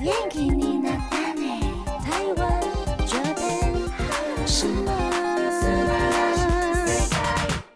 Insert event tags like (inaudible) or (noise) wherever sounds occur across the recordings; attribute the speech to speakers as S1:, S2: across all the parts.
S1: 元気になったね台湾这边什么？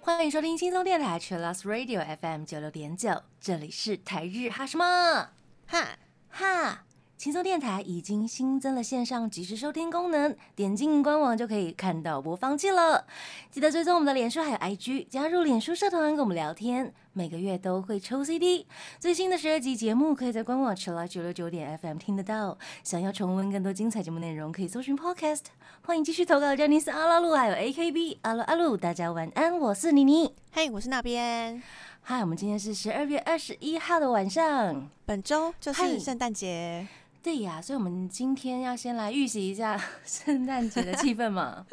S2: 欢迎收听轻松电台 c h i l l s Radio FM 九六点九，这里是台日哈什么
S3: 哈，
S2: 哈。轻松电台已经新增了线上即时收听功能，点进官网就可以看到播放器了。记得追踪我们的脸书还有 IG，加入脸书社团跟我们聊天，每个月都会抽 CD。最新的十二集节目可以在官网 c h i l l 九六九点 FM 听得到。想要重温更多精彩节目内容，可以搜寻 Podcast。欢迎继续投稿，詹妮斯阿拉路还有 AKB 阿鲁阿鲁，大家晚安，我是妮妮。
S3: 嘿，我是那边。
S2: 嗨，我们今天是十二月二十一号的晚上。
S3: 本周就
S2: 嗨
S3: 是圣诞节，
S2: 对呀，所以我们今天要先来预习一下 (laughs) 圣诞节的气氛嘛。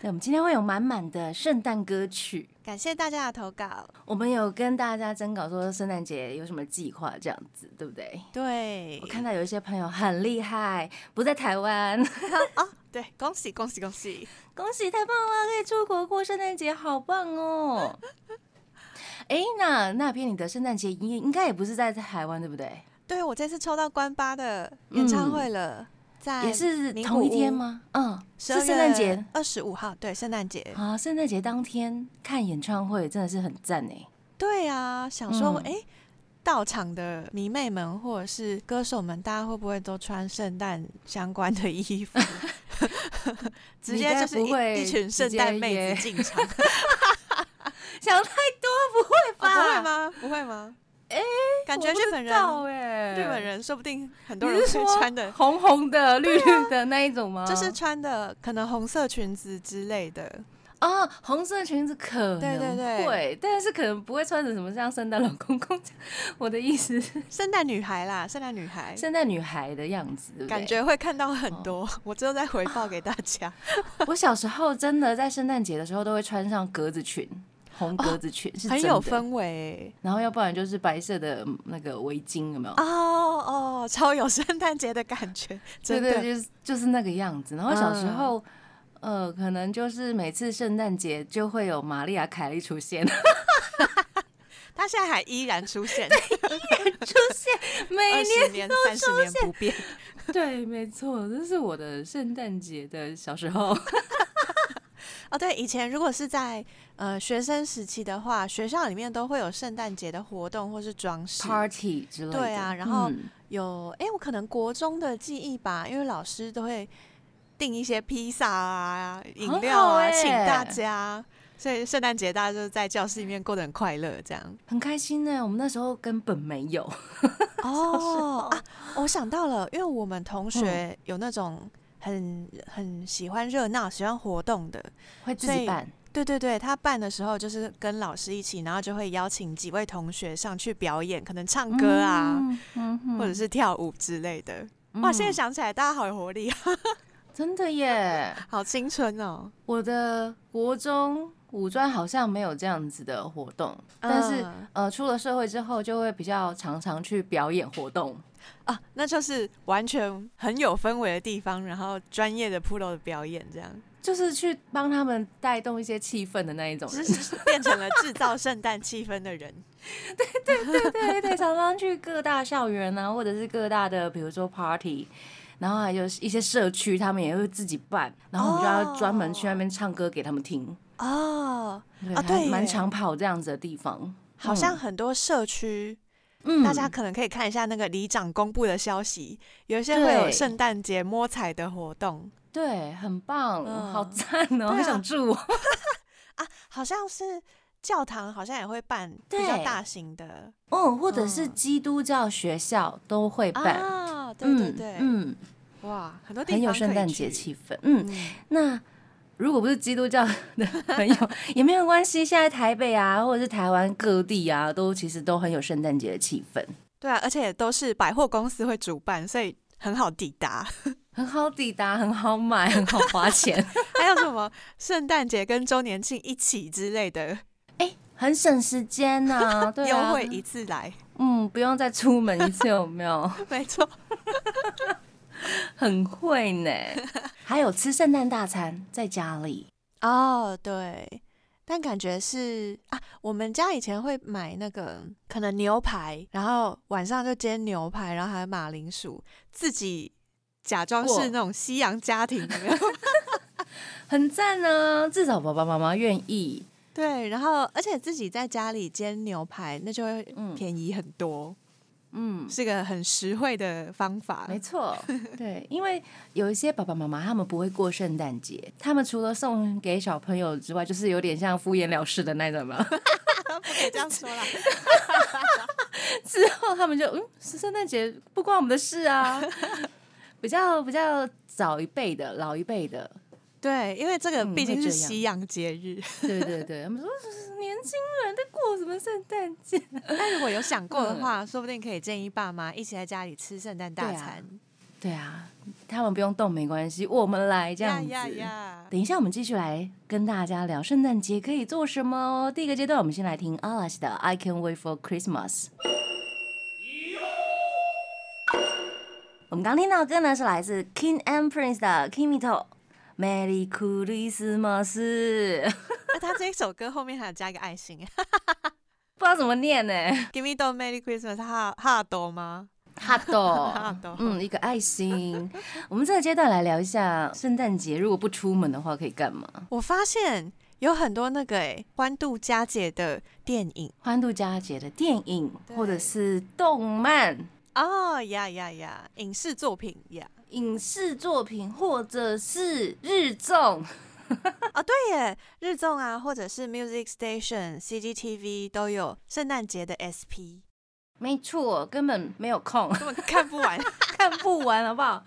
S2: 对，我们今天会有满满的圣诞歌曲。
S3: 感谢大家的投稿。
S2: 我们有跟大家征稿说圣诞节有什么计划，这样子对不对？
S3: 对，
S2: 我看到有一些朋友很厉害，不在台湾， (laughs)
S3: 哦，对，恭喜恭喜恭喜！
S2: 恭喜太棒了，可以出国过圣诞节，好棒哦！哎，那那边你的圣诞节应应该也不是在台湾，对不对？
S3: 对我这次抽到关八的演唱会了，在
S2: 也是同一天？吗？嗯，是
S3: 是
S2: 圣诞节
S3: 二十五号，对，圣诞节。
S2: 啊，圣诞节当天看演唱会真的是很赞哎。
S3: 对啊，想说
S2: 嗯
S3: 哎。到场的迷妹们或者是歌手们，大家会不会都穿圣诞相关的衣服？ (laughs) 直接就是
S2: 你该不会
S3: 一一群圣诞妹
S2: 直
S3: 子进 (laughs) 场，
S2: 想太多，不会
S3: 哦
S2: 吧？
S3: 不会？吗？不会吗？
S2: 哎
S3: 感觉日本人，
S2: 哎，
S3: 日本人说不定很多
S2: 你
S3: 人
S2: 是
S3: 会
S2: 说嗯
S3: 穿的，
S2: 红红的、绿绿的那一种吗？
S3: 就是穿的可能红色裙子之类的。
S2: 啊，红色裙子可
S3: 对对
S2: 能
S3: 对
S2: 会，但是可能不会穿成什么像圣诞老公公这样。我的意思是，
S3: 圣诞女孩啦，圣诞女孩，
S2: 圣诞女孩嗯的样子，对不对
S3: 哎感觉会看到很多。我之后再回报给大家。
S2: 我小时候真的在圣诞节的时候都会穿上格子裙，红格子裙、 (laughs) 是
S3: 哦很
S2: 真
S3: 有
S2: 的
S3: 氛围
S2: 然后要不然就是白色的嗯那个围巾，有没有？
S3: 哦哦，超有圣诞节的感觉，
S2: 对
S3: 真
S2: 对，
S3: 的。
S2: 就是就是那个样子。然后小时候，呃，可能就是每次圣诞节就会有玛丽亚凯莉出现， (laughs)
S3: 他现在还依然出
S2: (laughs)
S3: 现，
S2: 出现每
S3: 二十
S2: 年
S3: 年、三十年不变。
S2: 对，没错，这是我的圣诞节的小时候。
S3: 哦，对，以前如果是在呃学生时期的话，学校里面都会有圣诞节的活动或是装饰。
S2: (laughs) party 之类的。
S3: 对啊然后
S2: 嗯
S3: 有，哎、我可能国中的记忆吧，因为老师都会订一些披萨啊、饮
S2: 很
S3: 料
S2: 好
S3: 啊，
S2: 欸
S3: 请大家，所以圣诞节大家就是在教室里面过得很快乐，这样。 (laughs)
S2: 很开心呢、我们那时候根本没有。
S3: 哦啊，我想到了，因为我们
S2: 嗯
S3: 同学有那种很很喜欢热闹、喜欢活动的，
S2: 会自
S3: 所
S2: 己
S3: 以
S2: 办，
S3: 对对对，他办的时候就是跟老师一起，然后就会邀请几位同学上去表演，可能唱歌啊，
S2: 嗯，嗯哼嗯
S3: 或者是跳舞之类的。哇，现在想起来，大家好有活力啊，
S2: 真的耶！
S3: 好青春哦！
S2: 我的国中五专好像没有这样子的活动，但是
S3: 嗯
S2: 呃，出了社会之后就会比较常常去表演活动。
S3: 啊，那就是完全很有氛围的地方，然后专业的 pro 的表演，这样
S2: 就是去帮他们带动一些气氛的那一种人
S3: 只，是变成了制造圣诞气氛的人。
S2: (laughs) 对对对，常常去各大校园啊，或者是各大的，比如说 party，然后还有一些社区，他们也会自己办，然后我们就要专门去那边唱歌给他们听。
S3: (laughs) 哦，
S2: 啊对
S3: 啊对
S2: 还蛮
S3: 耶
S2: 常跑这样子的地方，
S3: 好像很多社区，
S2: 嗯
S3: 大家可能可以看一下那个里长公布的消息，有一些会有
S2: 对
S3: 圣诞节摸彩的活动
S2: 对，很棒，
S3: 嗯
S2: 好赞哦、
S3: 对
S2: 好
S3: 啊
S2: 想住哦。
S3: 啊，好像是教堂好像也会办比较
S2: 对
S3: 大型的
S2: (laughs) 哦，或者是
S3: 嗯
S2: 基督教学校都会办。
S3: 啊，对对对，
S2: 嗯，嗯
S3: 哇，很多地
S2: 很
S3: 方
S2: 有
S3: 可以
S2: 圣诞节
S3: 去
S2: 气氛。嗯，
S3: 嗯
S2: 那如果不是基督教的 (laughs) 朋友也没有关系，现在台北啊，或者是台湾各地啊，都其实都很有圣诞节的气氛，
S3: 对啊，而且都是百货公司会主办，所以很好抵达。 (laughs)
S2: 很好抵达，很好买，很好花钱，
S3: 还有什么圣诞节跟周年庆一起之类 (laughs) 的，
S2: (laughs) 哎、很省时间 (laughs) 呐、对
S3: 优
S2: 啊，
S3: 惠一次来，
S2: 嗯，不用再出门一次，有没有？
S3: 没 (laughs) 错。
S2: (laughs) 很会呢。还有吃圣诞大餐在家里，
S3: 哦，对，但感觉是啊，我们家以前会买那个可能牛排，然后晚上就煎牛排，然后还有马铃薯，自己假装
S2: 过
S3: 是那种西洋家庭，有没 (laughs) 有？
S2: 很赞呢、至少爸爸妈妈愿意。
S3: 对，然后而且自己在家里煎牛排，那就会
S2: 嗯
S3: 便宜很多，
S2: 嗯，
S3: 是个很实惠的方法。
S2: 没
S3: (laughs)
S2: 错，对，因为有一些爸爸妈妈他们不会过圣诞节，他们除了送给小朋友之外，就是有点像敷衍了事的那种嘛。 (laughs)
S3: (laughs) 不可以这样说啦。
S2: 之后他们就嗯，是圣诞节不关我们的事
S3: (laughs)
S2: 啊。比较比较早一辈的老一辈的，
S3: 对，因为这个
S2: 嗯
S3: 毕
S2: 会
S3: 竟是
S2: 这样
S3: 西洋节日，
S2: 对对对，他们说年轻人在过什么圣诞
S3: (laughs)
S2: 节？
S3: 但如果有想过的话，说不定可以建议爸妈一起在家里吃圣诞大
S2: 对啊
S3: 餐。
S2: 对啊，他们不用动没关系，我们来这样子。
S3: 呀呀
S2: 等一下，我们继续来跟大家聊圣诞节可以做什么哦。第一个阶段，我们先来听 Alice 的《I Can Wait for Christmas》。我们刚听到的歌呢，是来自 King and Prince 的《Kimito》，Merry Christmas， (laughs)
S3: 那他这一首歌后面还有加一个爱心 (laughs)
S2: 不知道怎么念呢。
S3: ，Give me the Merry Christmas，哈哈多吗？
S2: 哈斗
S3: 哈斗，
S2: 嗯，一个爱心。我们这个阶段来聊一下圣诞节，如果不出门的话，可以干嘛？
S3: 我发现有很多那个诶欢度佳节的电影
S2: 欢度佳节的电影
S3: 对
S2: 或者是动漫。
S3: 哦，呀呀呀，影视作品呀。
S2: 影视作品或者是日综， (laughs)
S3: 哦，对耶，日综啊，或者是 Music Station、CGTV 都有圣诞节的 SP，
S2: 没错，根本没有空 (laughs)
S3: 根本看不完。
S2: 看不完，好不好？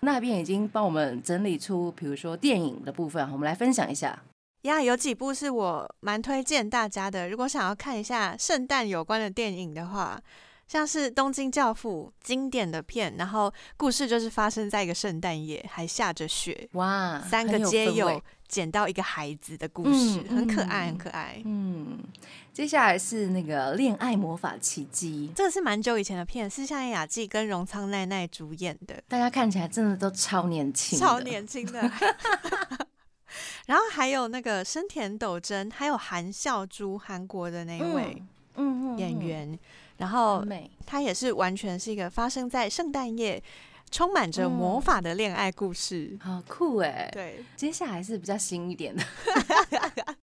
S2: 那边已经帮我们整理出，比如说电影的部分，我们来分享一下。
S3: 呀有几部是我蛮推荐大家的，如果想要看一下圣诞有关的电影的话，像是《东京教父》经典的片，然后故事就是发生在一个圣诞夜，还下着雪，
S2: 哇，
S3: 三个
S2: 啊很
S3: 街
S2: 氛
S3: 友
S2: 围。
S3: 捡到一个孩子的故事，
S2: 嗯
S3: 很可爱，
S2: 嗯
S3: 很可爱。
S2: 嗯，接下来是那个《恋爱魔法奇迹》，
S3: 这个是蛮久以前的片，是夏雅纪跟荣仓奈奈主演的。
S2: 大家看起来真的都超年轻，
S3: 超。年轻
S2: (laughs)
S3: 的。然后还有那个深田斗真，还有韩孝珠，韩国的那一位
S2: 嗯嗯嗯，
S3: 哎演
S2: 嗯
S3: 员，然
S2: 很
S3: 后
S2: 美，
S3: 他也是完全是一个发生在圣诞夜，充满着
S2: 嗯
S3: 魔法的恋爱故事。
S2: 好酷哎！
S3: 对，
S2: 接下来是比较新一
S3: (laughs)
S2: 点的，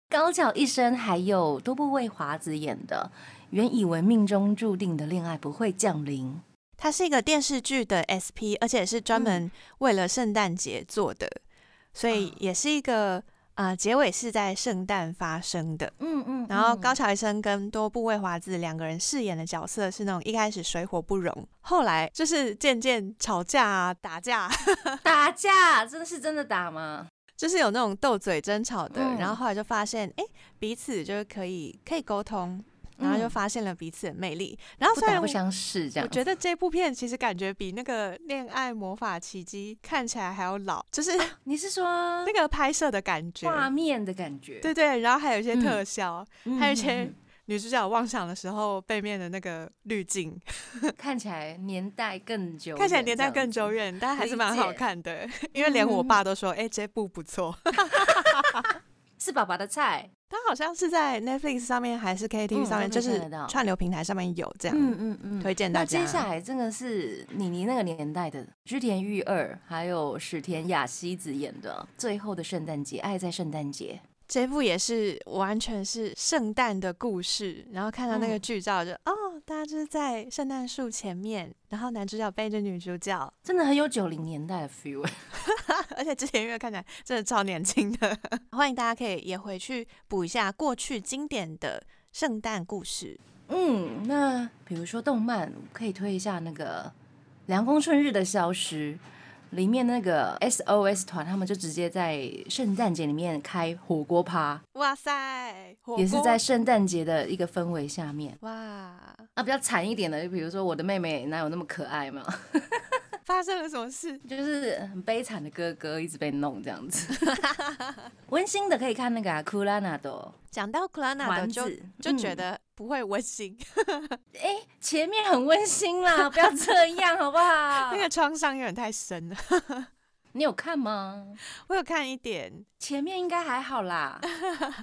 S2: 高桥一生还有多部未华子演的，原以为命中注定的恋爱不会降临，
S3: 它是一个电视剧的 SP，而且是专
S2: 嗯
S3: 门为了圣诞节做的，所以也是一个啊、呃结尾是在圣诞发生的。
S2: 嗯嗯
S3: 然后高桥医生跟多部未华子两个人饰演的角色是那种一开始水火不容，后来就是渐渐吵架啊、打架啊，
S2: 打架真的是真的打吗？
S3: 就是有那种斗嘴争吵的。
S2: 嗯
S3: 然后后来就发现，哎，彼此就是可以可以沟通，然后就
S2: 嗯
S3: 发现了彼此的魅力。然后
S2: 不
S3: 虽然
S2: 打不
S3: 我
S2: 相识这
S3: 我
S2: 样，
S3: 觉得这部片其实感觉比那个《恋爱魔法奇迹》看起来还要老，就是
S2: 你是说
S3: 那个拍摄的感觉。
S2: 嗯画面的感觉？
S3: 对对，然后还有一些
S2: 嗯
S3: 特效，啊
S2: 嗯，
S3: 还有一些
S2: 嗯
S3: (laughs) 女主角妄想的时候背面的那个滤镜，
S2: 嗯看起来年代更久远这样子，嗯
S3: 看起来年代更久远，但还是蛮好看的。因为连我爸都说，哎、这部不错。
S2: 是爸爸的菜。
S3: 它好像是在 Netflix 上面还是 KTV
S2: 嗯
S3: 上面，
S2: 都可
S3: 就
S2: 以
S3: 是
S2: 看得到
S3: 串流平台上面有这样，
S2: 嗯嗯嗯
S3: 推荐大
S2: 那
S3: 家。
S2: 接下来真的是妮妮那个年代的织田裕二，还有史田雅希子演的《最后的圣诞节》，爱在圣诞节。
S3: 这部也是完全是圣诞的故事，然后看到那个
S2: 嗯
S3: 剧照就、哦，大家就是在圣诞树前面，然后男主角背着女主角， (laughs)
S2: 真的很有九零年代的 feel，欸 (laughs)
S3: 而且之前因为看起来真的超年轻的， (laughs) 欢迎大家可以也回去补一下过去经典的圣诞故事。
S2: 嗯，那比如说动漫，可以推一下那个《凉风春日的消失》里面那个 SOS 团，他们就直接在圣诞节里面开火锅趴，
S3: 哇塞，火
S2: 也是
S3: 锅
S2: 在圣诞节的一个氛围下面。
S3: 哇，
S2: 啊，比较惨一点的，就比如说我的妹妹哪有那么可爱嘛，
S3: 发生了什么事？
S2: 就是很悲惨的哥哥一直被弄这样子。温馨的可以看那个啊，库拉纳多
S3: 讲到 c l a n a 的
S2: 丸
S3: 就
S2: 子，
S3: 就觉
S2: 嗯
S3: 得不会温馨， (laughs)
S2: 前面很温馨啦，不要这样好不好
S3: 啊那？个创伤有点太深了。 (laughs)
S2: 你有看吗？
S3: 我有看一点，
S2: 前面应该还好啦，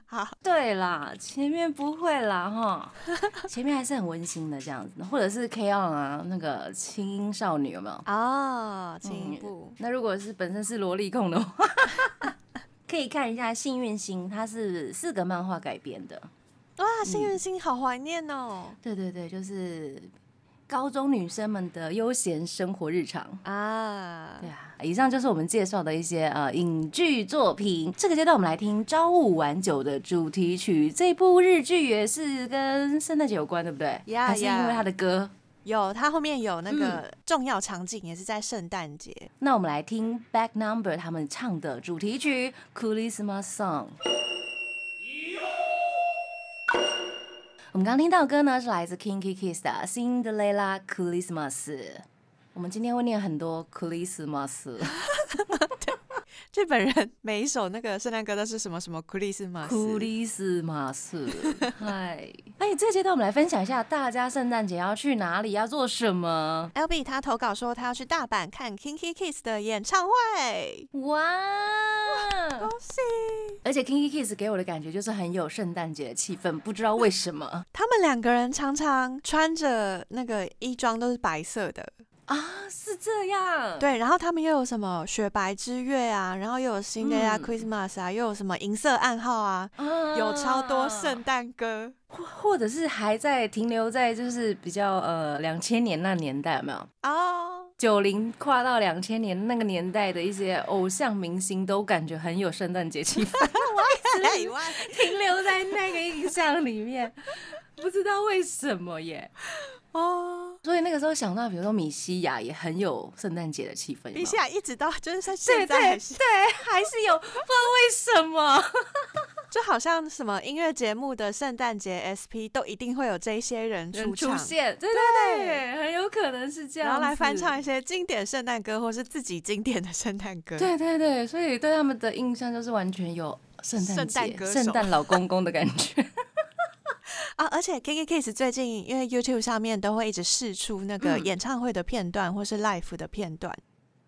S3: 好，
S2: 对啦，前面不会啦哈，前面还是很温馨的这样子，或者是 K on 啊，那个轻音少女有没有？
S3: 哦，进一步，
S2: 那如果是本身是萝莉控的话， (laughs) 可以看一下《幸运星》，它是四个漫画改编的。
S3: 哇，幸运星好怀念哦，
S2: 对对对，就是高中女生们的悠闲生活日常。
S3: 啊
S2: 对，啊，以上就是我们介绍的一些呃影剧作品。这个阶段我们来听《朝五晚九》的主题曲，这部日剧也是跟圣诞节有关，对不对
S3: Yeah,
S2: 还是因为
S3: yeah
S2: 它的歌？
S3: 有它后面有那个重要场景，也是在圣诞节，
S2: 那我们来听 Back Number 他们唱的主题曲《Christmas Song》。我们刚听到的歌呢，是来自 Kinky Kiss 的《Cinderella Christmas》。我们今天会念很多 Christmas 。
S3: 日本人每一首那个圣诞歌都是什么什么 Christmas，
S2: 库里斯马斯，嗨！ (laughs) 哎，这个阶段我们来分享一下，大家圣诞节要去哪里，要做什么？
S3: L B 他投稿说他要去大阪看 Kinky Kiss 的演唱会，
S2: 哇！
S3: 恭喜！
S2: 而且 Kinky Kiss 给我的感觉就是很有圣诞节的气氛，不知道为什么
S3: 他们两个人常常穿着那个衣装都是白色的，
S2: 啊，是这样。
S3: 对，然后他们又有什么雪白之月啊，然后又有 Cinderella
S2: 嗯
S3: Christmas 啊，又有什么银色暗号啊，
S2: 啊
S3: 有超多圣，诞歌。
S2: 或或者是还在停留在就是比较呃两千年那年代有没有？ (laughs)
S3: 哦，
S2: 九零跨到两千年那个年代的一些偶像明星都感觉很有圣诞节气氛。 (laughs)
S3: 以外，
S2: 停留在那个印象里面，不知道为什么耶。
S3: (laughs) 哦，
S2: 所以那个时候想到，比如说米西亚也很有圣诞节的气氛，有没有
S3: 一下一直到就是在
S2: 对
S3: 现
S2: 对
S3: 在还是，
S2: 对，还是有，不知道为什么。
S3: 就好像什么音乐节目的圣诞节 SP 都一定会有这些人出
S2: 出
S3: 场。
S2: 现，对对对，很有可能是这样，
S3: 然后来翻唱。一些经典圣诞歌，或是自己经典的圣诞歌。
S2: 对对对，所以对他们的印象就是完全有圣诞
S3: 圣诞
S2: 节、
S3: 歌手
S2: 圣诞老公公的感觉。
S3: 啊，而且 K K Kiss 最近因为 YouTube 上面都会一直试出那个
S2: 嗯
S3: 演唱会的片段，或是 Live 的片段，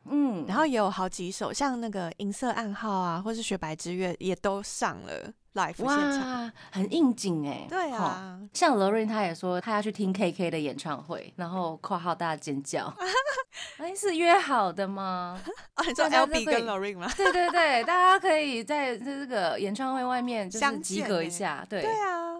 S2: 嗯，
S3: (laughs) 然后也有好几首，像那个银色暗号啊，或是雪白之月也都上了 Live 现场。
S2: 哇，很应景哎。
S3: 对
S2: 吼
S3: 啊，
S2: 像 Lorraine 她也说她要去听 KK 的演唱会，然后括号大家尖
S3: (laughs)
S2: 叫。哎，是约好的吗？ (laughs)
S3: 哦，你说
S2: 大家
S3: L
S2: 都
S3: B
S2: 可以
S3: 跟 Lorraine 吗？
S2: 对对对，大家可以在这个演唱会外面就是
S3: 相
S2: 集
S3: 见
S2: 合
S3: 欸
S2: 一下，对，
S3: 对啊，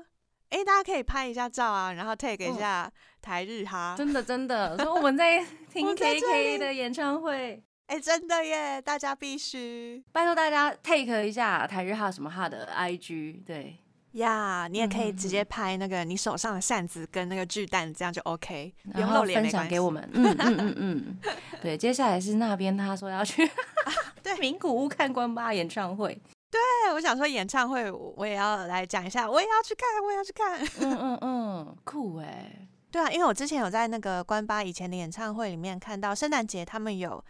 S3: 哎，大家可以拍一下照啊，然后 take 一
S2: 嗯
S3: 下台日哈。
S2: 真的真的，说我们
S3: (laughs)
S2: 在听
S3: 啊我在这
S2: KK
S3: 里
S2: 的演唱会。
S3: 哎，真的耶，大家必须
S2: 拜托大家 take 一下台日哈什么哈的 IG，对，
S3: 呀你也可以
S2: 嗯
S3: 直接拍那个你手上的扇子跟那个巨蛋，这样就 OK，不
S2: 然
S3: 用
S2: 后
S3: 露脸
S2: 分
S3: 没关
S2: 享
S3: 系。
S2: 给我们，嗯嗯嗯嗯， (laughs) 对，接下来是那边他说要 (laughs) 去
S3: 对
S2: 名古屋看关八演唱会，
S3: 对，我想说演唱会，我我也要来讲一下，我也要去看，我也要去看。
S2: 嗯嗯嗯，酷哎、
S3: 对啊，因为我之前有在那个关巴以前的演唱会里面看到，圣诞节他们有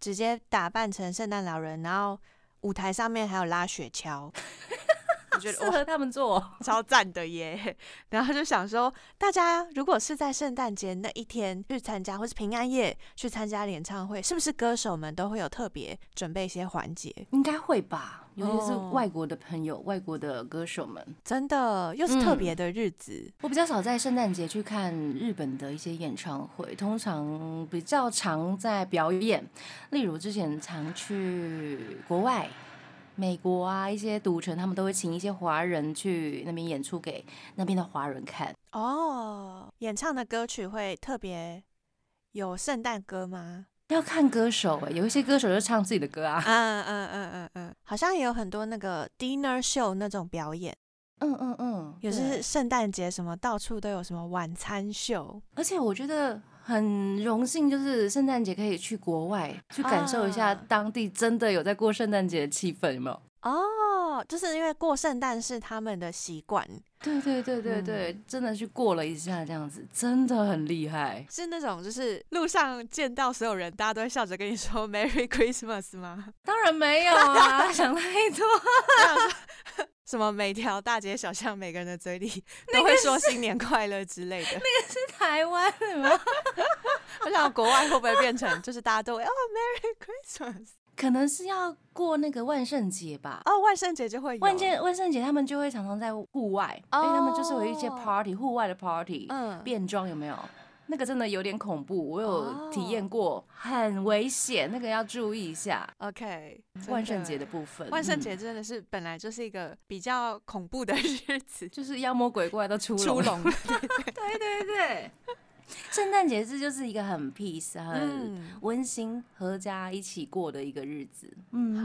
S3: 直接打扮成圣诞老人，然后舞台上面还有拉雪橇，我觉得
S2: 适
S3: 哇，
S2: 合他们做。
S3: 超赞的耶！然后就想说，大家如果是在圣诞节那一天去参加，或是平安夜去参加演唱会，是不是歌手们都会有特别准备一些环节？
S2: 应该会吧，尤其是
S3: 哦
S2: 外国的朋友、外国的歌手们。
S3: 真的又是特
S2: 嗯
S3: 别的日子，
S2: 我比较少在圣诞节去看日本的一些演唱会，通常比较常在表演，例如之前常去国外。美国啊，一些赌城他们都会请一些华人去那边演出给那边的华人看。
S3: 哦，演唱的歌曲会特别有圣诞歌吗？
S2: 要看歌手、欸，有一些歌手就唱自己的歌啊。
S3: 嗯嗯嗯嗯嗯，好像也有很多那个 dinner show 那种表演，
S2: (laughs) 嗯嗯嗯，对
S3: 有是圣诞节什么到处都有什么晚餐秀，
S2: 而且我觉得很荣幸，就是圣诞节可以去国外去感受一下
S3: 啊
S2: 当地真的有在过圣诞节的气氛，有没有？
S3: 哦，就是因为过圣诞是他们的习惯，
S2: 对对对对对，嗯真的去过了一下，这样子真的很厉害。
S3: 是那种就是路上见到所有人，大家都会笑着跟你说 (laughs) Merry Christmas (laughs) 吗？
S2: 当然没有 (laughs) 啊，想太多。
S3: 什么每条大街小巷每个人的嘴里都会说新年快乐之类 (laughs) 的。
S2: 是台湾有没有？
S3: 我想国外会不会变成就是大家都会哦 Merry Christmas？
S2: (laughs) 可能是要过那个万圣节吧。
S3: 哦，万圣节就会有
S2: 万，圣万圣节他们就会常常在户外，
S3: 哦
S2: 因为他们就是有一些 party 户外的 party，
S3: 嗯，
S2: 变装有没有？那个真的有点恐怖，我有
S3: 哦
S2: 体验过，很危险，那个要注意一下。
S3: OK，真
S2: 万圣节的。部分，
S3: 万嗯圣
S2: 嗯
S3: 节真的是本来就是一个比较恐怖的 (laughs) 日子，
S2: 就是妖魔鬼怪都出
S3: 出
S2: 笼， (laughs)
S3: 笼，
S2: 对对对。圣诞节是就是一个很 peace、很
S3: 嗯，
S2: 温馨、合家一起过的一个日子。嗯，嗯嗯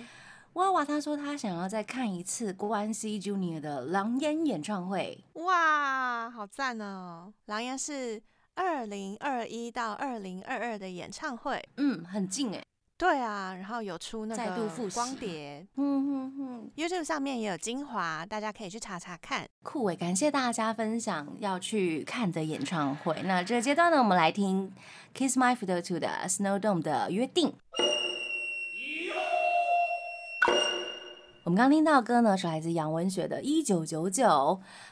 S3: 啊，
S2: 娃娃他说他想要再看一次关西 Junior 的狼烟演唱会。
S3: 哇，好赞哦！狼烟是二零二一到二零二二的演唱会，
S2: 嗯，很近哎、
S3: 对啊，然后有出那
S2: 再度复
S3: 个
S2: 习
S3: 光碟
S2: 嗯哼哼，
S3: ，YouTube 上面也有精华，大家可以去查查看。
S2: 酷哎、感谢大家分享要去看的演唱会。那这个阶段呢，我们来听 Kiss My Future Two 的 Snow Dome 的约定。我们刚听到的歌呢，是来自杨文雪的《一九九九》。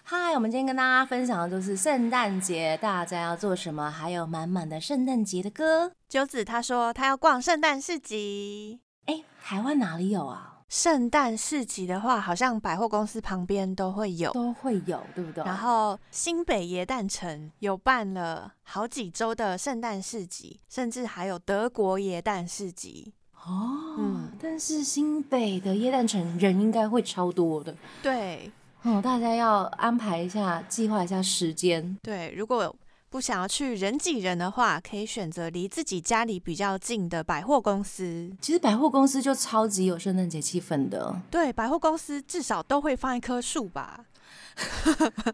S2: 嗨，我们今天跟大家分享的就是圣诞节大家要做什么，还有满满的圣诞节的歌。
S3: 九子他说他要逛圣诞市集，
S2: 哎，台湾哪里有啊？
S3: 圣诞市集的话，好像百货公司旁边都会有。
S2: 都会有，对不对？
S3: 然后新北耶诞城有办了好几周的圣诞市集，甚至还有德国耶诞市集。
S2: 哦，
S3: 嗯
S2: 但是新北的耶诞城人应该会超多的，
S3: 对
S2: 哦，大家要安排一下，计划一下时间。
S3: 对，如果不想要去人挤人的话，可以选择离自己家里比较近的百货公司。
S2: 其实百货公司就超级有圣诞节气氛的，
S3: 对，百货公司至少都会放一棵树吧，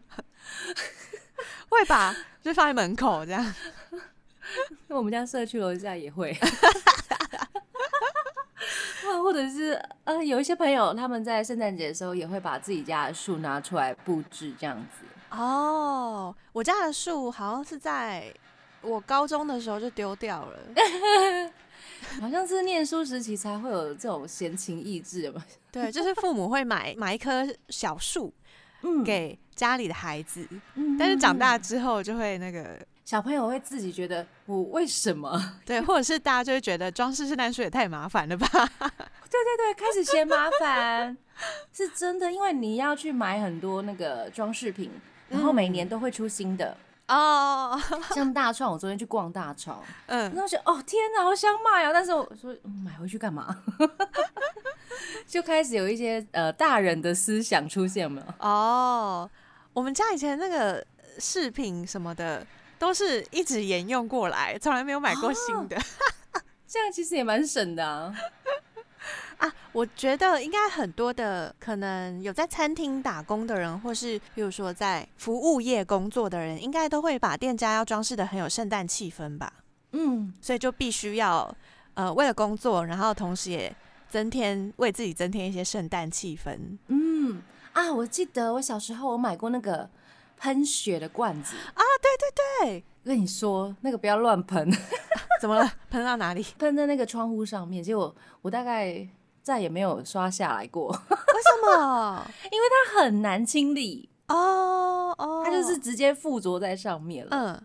S3: (laughs) 会吧？就放在门口这样。
S2: 那 (laughs) 我们家社区楼下也会。 (laughs) 或或者是呃，有一些朋友他们在圣诞节的时候也会把自己家的树拿出来布置这样子。
S3: 哦，我家的树好像是在我高中的时候就丢掉了。
S2: 好像是念书时期才会有这种闲情逸致吧？
S3: 对，就是父母会买买一棵小树
S2: 嗯，
S3: 给家里的孩子，
S2: 嗯
S3: 但是长
S2: 嗯
S3: 大
S2: 嗯
S3: 之后就会那个，
S2: 小朋友会自己觉得我为什么？
S3: 对，或者是大家就会觉得装饰圣诞树也太麻烦了吧？
S2: 对对对，开始嫌麻烦，是真的，因为你要去买很多那个装饰品，然后每年都会出新的。
S3: 哦，
S2: 像大创，我昨天去逛大 (laughs) 创，然
S3: (laughs) 嗯，
S2: 后我想，哦天哪，好想买哦，但是我说、嗯买回去干嘛？ (laughs) 就开始有一些呃大人的思想出现了。
S3: 哦，我们家以前那个呃饰品什么的。都是一直沿用过来，从来没有买过新的、
S2: 这样其实也蛮省的啊。
S3: 啊！我觉得应该很多的可能有在餐厅打工的人，或是比如说在服务业工作的人，应该都会把店家要装饰的很有圣诞气氛吧。
S2: 嗯，
S3: 所以就必须要呃为了工作，然后同时也增添为自己增添一些圣诞气氛
S2: 嗯啊，我记得我小时候我买过那个喷血的罐子啊，对
S3: 对对，
S2: 跟你说那个不要乱喷。
S3: 怎么了？喷到哪里？ (laughs)
S2: 喷在那个窗户上面，结果我大概再也没有刷下来过， (laughs)
S3: 为什么？
S2: 它很难清理，
S3: 哦哦，
S2: 它就是直接附着在上面了。
S3: 嗯，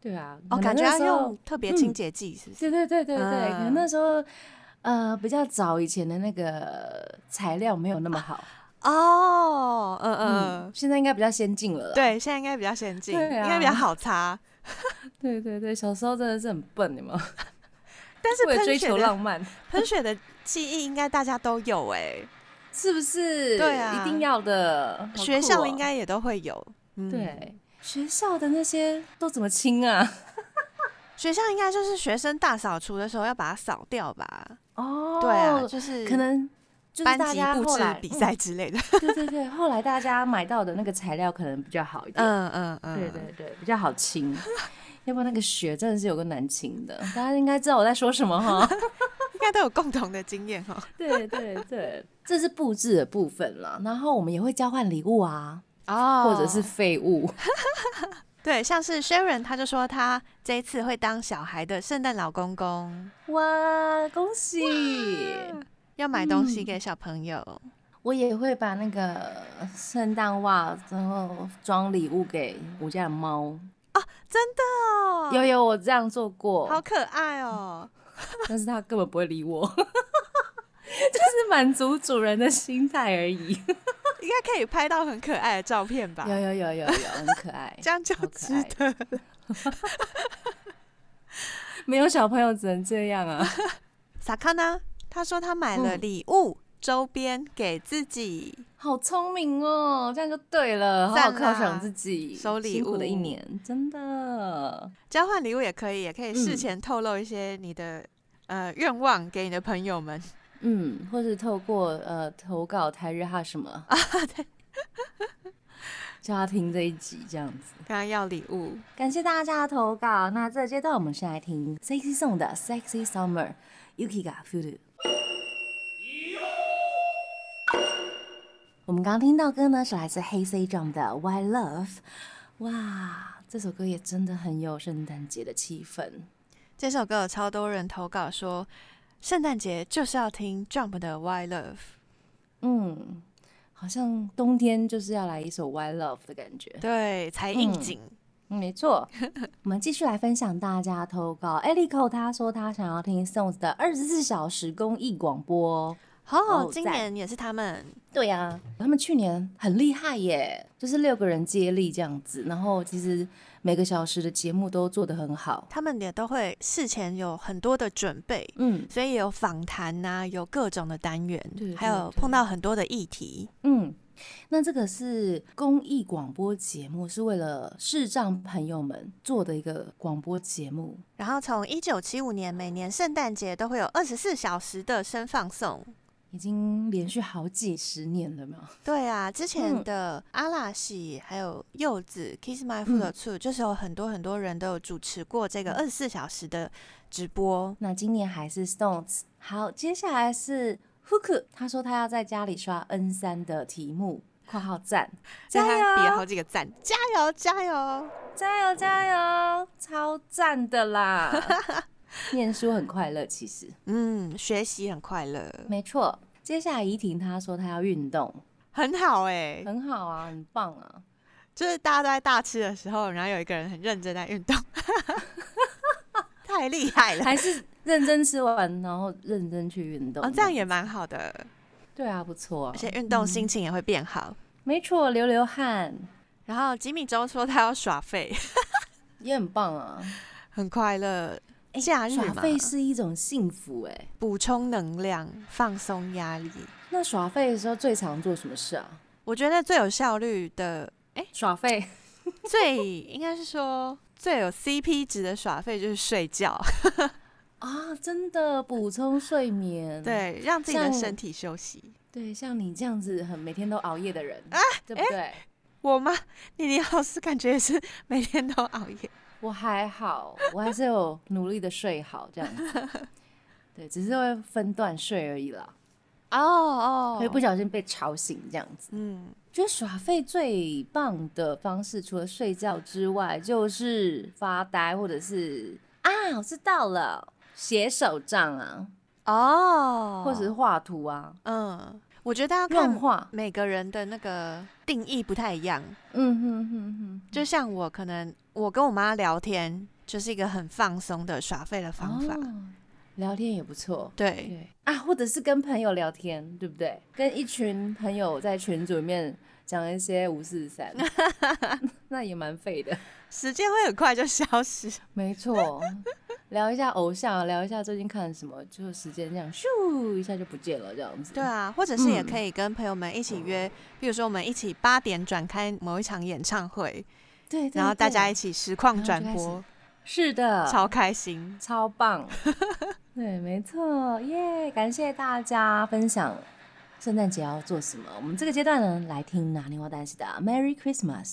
S2: 对啊，可
S3: 哦，
S2: 能
S3: 感觉
S2: 那
S3: 要
S2: 时候嗯
S3: 用。特别清洁剂，是不
S2: 对
S3: 是？
S2: 对对对对，
S3: 嗯
S2: 可能那时候呃比较早以前的那个材料没有那么好，
S3: 哦，嗯
S2: 嗯
S3: 嗯，，
S2: 现在应该比较先进了啦。
S3: 对，现在应该比较先进，
S2: 对啊
S3: 应该比较好
S2: (laughs)
S3: 擦。
S2: 对对对，小时候真的是很笨，你们
S3: 但是
S2: 为了追
S3: 喷雪
S2: 求 (laughs)
S3: 的
S2: 浪
S3: (laughs)
S2: 漫，
S3: 喷雪的记忆应该大家都有哎，
S2: 是不是？
S3: 对啊
S2: 一定要的。好
S3: 学
S2: 酷
S3: 校
S2: 哦
S3: 应该也都会有。嗯，
S2: 对学校的那些都怎么清啊？
S3: 学校应该就是学生大扫除的时候要把它扫掉吧？
S2: 哦
S3: 对啊，就是
S2: 可能就是
S3: 班
S2: 大
S3: 级
S2: 家
S3: 布
S2: 后
S3: 置
S2: 来
S3: 比、赛之类的。
S2: 嗯 (laughs) 对对对，后来大家买到的那个材料可能比较好一点，
S3: 嗯 (laughs) 嗯嗯，
S2: 对对对，比较好清，要不然那个雪真的是有个难清的，大家应该知道我在说什么
S3: (laughs)
S2: 哈。
S3: 应该都有共同的经验哦。
S2: 对对对，这是布置的部分啦，然后我们也会交换礼物啊，
S3: (laughs) 哦
S2: 或者是废物，
S3: 对，像是 Sharon，他就说他这一次会当小孩的圣诞老公公，
S2: 哇，恭喜！
S3: 要买东西给小朋友。
S2: 我也会把那个圣诞袜，然后装礼物给我家的猫。
S3: 哦，
S2: 有有，我这样做过，
S3: 好可爱哦！ (laughs)
S2: 但是他根本不会理我， (laughs) 就是满足主人的心态而已。
S3: 应该可以拍到很可爱的照片
S2: (laughs)
S3: 吧？，
S2: 有有有有有，很可爱
S3: 这样就
S2: 好可
S3: 值
S2: 爱
S3: 得了。
S2: (laughs) 没有小朋友只能这样啊。
S3: 萨卡呢？他说他买了
S2: 嗯
S3: 礼物、周边给自己，
S2: (laughs) 好聪明哦，这样就对了，好好
S3: 赞啦
S2: 犒赏自己，
S3: 收礼
S2: 辛
S3: 物
S2: 苦的一年，真的。
S3: 交换礼物也可以，也可以事
S2: 嗯
S3: 前透露一些你的、呃愿望给你的朋友们。
S2: 嗯，或是透过呃投稿台日哈什么啊，叫他听这一集这样子。
S3: 刚刚要礼物，
S2: 感谢大家的投稿，那这个阶段我们先来听 Sexy Song 的 Sexy Summer Yuki ga Furu。我们刚刚听到歌呢是来自黑 C Jump 的 Why Love，哇，这首歌也真的很有圣诞节的气氛。
S3: 这首歌有超多人投稿说，圣诞节就是要听 Jump 的《Why Love》。
S2: (laughs) 嗯，好像冬天就是要来一首 Why Love 的感觉。
S3: 对，才应景。
S2: 嗯没错，我们继续来分享大家投稿。Elico 他说他想要听 Songs 的二十四小时公益广播哦。
S3: 哦
S2: 哦，
S3: 今
S2: 赞
S3: 年也是他们，
S2: 对啊呀、他们去年很厉害耶，就是六个人接力这样子，然后其实每个小时的节目都做得很好。
S3: 他们也都会事前有很多的准备，
S2: 嗯
S3: 所以有访谈呐，有各种的单元，
S2: 对
S3: 还有
S2: 对对
S3: 碰到很多的议题。
S2: 嗯，那这个是公益广播节目，是为了视障朋友们做的一个广播节目。
S3: 然后从一九七五年每年圣诞节都会有二十四小时的声放送。
S2: 已经连续好几十年了嘛，
S3: 对啊，之前
S2: 嗯
S3: 的阿拉西还有柚子 Kiss My
S2: 嗯
S3: Foot 的 t 就是有很多很多人都有主持过这个二十四小时的直播。
S2: (laughs) 那今年还是 Stones。好，接下来是 Hook，他说他要在家里刷 N 三的题目。括号赞，
S3: 所
S2: 加
S3: 以他比了
S2: 油
S3: 好几个赞，加油加油！
S2: 加油加油，超赞的啦！ (laughs) 念书很快乐，其实
S3: 嗯，学习很快乐，
S2: 没错。接下来怡婷她说她要运动，
S3: 很好哎、
S2: 很好啊，很棒啊。
S3: (laughs) 就是大家都在大吃的时候，然后有一个人很认真在运动， (laughs) 太厉害了！
S2: 还是认真吃完，然后认真去运动
S3: 哦，这样也蛮好的，
S2: 对啊，不错啊
S3: 而。且运动心情也会变好。
S2: 没错，流流汗
S3: 然后吉米周说他要耍废， (laughs)
S2: 也很棒啊。
S3: 很快乐。假日
S2: 耍
S3: 嘛，
S2: 废是一种幸福哎、
S3: 补充能量、放松压力。
S2: 那耍废的时候最常做什么事啊？
S3: 我觉得最有效率的、
S2: 耍废，
S3: 最应该是说最有 CP 值的耍废就是睡觉，
S2: 啊，真的补充睡眠。
S3: 哦对，让自己的
S2: 像
S3: 身体休息。
S2: 对，像你这样子很每天都熬夜的人，
S3: 啊
S2: 对不对？
S3: 我妈妮妮老师感觉也是每天都熬夜， (laughs)
S2: 我还好，我还是有努力的睡好这样
S3: (laughs)
S2: 子。对，只是会分段睡而已啦，
S3: 哦哦
S2: 会不小心被吵醒这样子。
S3: 嗯，
S2: 觉得耍废最棒的方式，除了睡觉之外，就是发呆，或者是啊，我知道了，写手账啊，
S3: 哦，
S2: 或者是画图啊，
S3: 嗯，我觉得要
S2: 乱
S3: 看
S2: 画。
S3: 每个人的那个定义不太一样。
S2: 嗯哼哼哼，
S3: 就像我可能我跟我妈聊天，就是一个很放松的耍废的方法。
S2: 哦聊天也不错。
S3: 对，
S2: 对啊，或者是跟朋友聊天，对不对？跟一群朋友在群组里面讲一些五四
S3: (laughs)
S2: 三， (laughs) 那也蛮废的。
S3: 时间会很快就消失。
S2: 没错， (laughs) 聊一下偶像，聊一下最近看什么，就时间这样咻一下就不见了，这样子。
S3: (laughs) 对啊，或者是也
S2: 嗯
S3: 可以跟朋友们一起约，比如说我们一起八点转开某一场演唱会，
S2: 对对对，
S3: 然后大家一起实况转
S2: 然后就
S3: 播，
S2: 是的，
S3: 超开心。
S2: 超棒。对，没错，耶！感谢大家分享圣诞节要做什么。我们这个阶段呢，来听拿尼瓦丹西的《Merry Christmas》。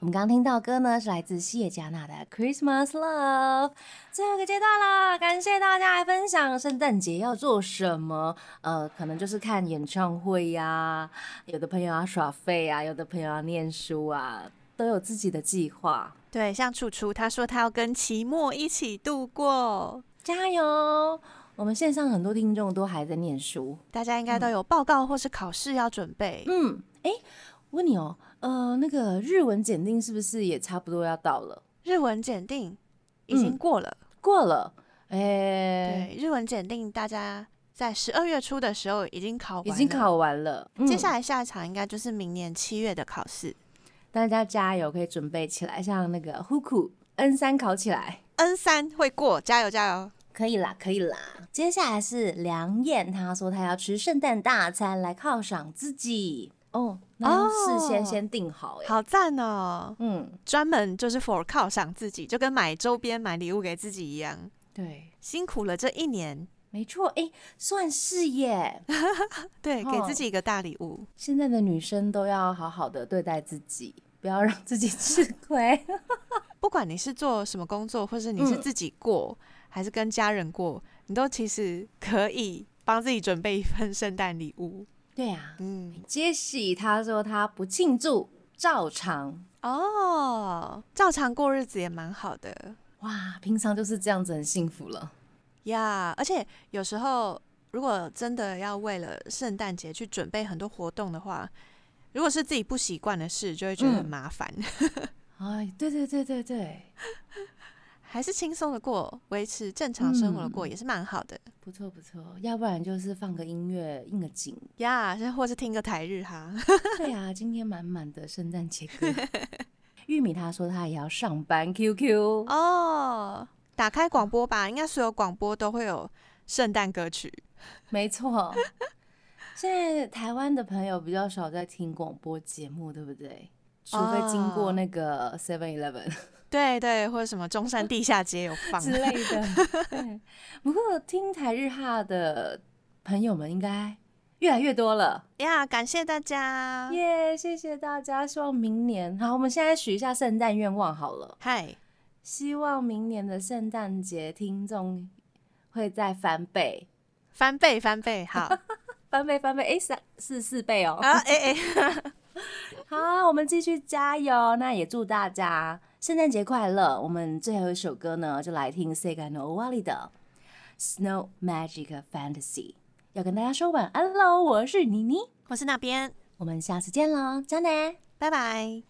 S2: 我们刚刚听到歌呢，是来自西野加纳的《Christmas Love》。最后一个阶段啦，感谢大家来分享圣诞节要做什么。呃，可能就是看演唱会呀、有的朋友要耍废啊，有的朋友要念书啊，都有自己的计划。
S3: 对，像楚楚她说她要跟期末一起度过，
S2: 加油！我们线上很多听众都还在念书。
S3: 大家应该都有报告或是考试要准备。
S2: 嗯，哎、问你哦，呃，那个日文检定是不是也差不多要到了？
S3: 日文检定已经
S2: 嗯
S3: 过了，
S2: 过了，哎、
S3: 对，日文检定大家在十二月初的时候已经考完
S2: 已
S3: 了，
S2: 经考完了。嗯
S3: 接下来下一场应该就是明年七月的考试。
S2: 大家加油，可以准备起来，像那个 Huku N 三考起来，
S3: N 三会过，加油加油！
S2: 可以啦，可以啦。接下来是梁燕，她说她要吃圣诞大餐来犒赏自己。哦，那
S3: 哦
S2: 事先先定好、欸，
S3: 好赞哦！
S2: 嗯，
S3: 专门就是 for 犒赏自己，就跟买周边、买礼物给自己一样，
S2: 对，
S3: 辛苦了这一年，
S2: 没错，哎、算是耶。
S3: 对，给
S2: 哦
S3: 自己一个大礼物。
S2: 现在的女生都要好好的对待自己，不要让自己吃 (laughs) 亏。
S3: 不管你是做什么工作，或是你是
S2: 嗯
S3: 自己过，还是跟家人过，你都其实可以帮自己准备一份圣诞礼物。
S2: 对啊，
S3: 嗯，
S2: 杰西她说她不庆祝，照常。
S3: 哦，照常过日子也蛮好的
S2: 哇，平常就是这样子，很幸福了。
S3: 呀。而且有时候，如果真的要为了圣诞节去准备很多活动的话，如果是自己不习惯的事，就会觉得很
S2: 嗯
S3: 麻烦。 (laughs)
S2: 哎，对对对对对，
S3: 还是轻松的过，维持正常生活的过、
S2: 嗯
S3: 也是蛮好的
S2: 不错不错，要不然就是放个音乐应个景。
S3: 呀。是或是听个台日哈， (laughs)
S2: 对啊，今天满满的圣诞节 (laughs) 歌。玉米她说她也要上班，QQ
S3: 哦，打开广播吧，应该所有广播都会有圣诞歌曲。
S2: 没错。现在台湾的朋友比较少在听广播节目，对不对？除非经过
S3: 哦
S2: 那个 Seven Eleven
S3: 对对，或者什么中山地下街有放
S2: 之类的。对，不过听台日哈的朋友们应该越来越多了。
S3: 呀感谢大家，
S2: 耶谢谢大家，希望明年好，我们现在许一下圣诞愿望好了。
S3: 嗨，
S2: 希望明年的圣诞节听众会再翻倍，
S3: 翻倍翻倍，好
S2: (laughs)
S3: 啊，
S2: 翻倍翻倍，哎、三四四倍哦。
S3: 哎哎， (laughs)
S2: 好，我们继续加油。那也祝大家圣诞节快乐。我们最后一首歌呢，就来听 Sega No Wali 的《Snow Magic Fantasy》，要跟大家说晚安喽。我是妮妮，
S3: 我是那边，
S2: 我们下次见喽，加奈。
S3: 拜拜。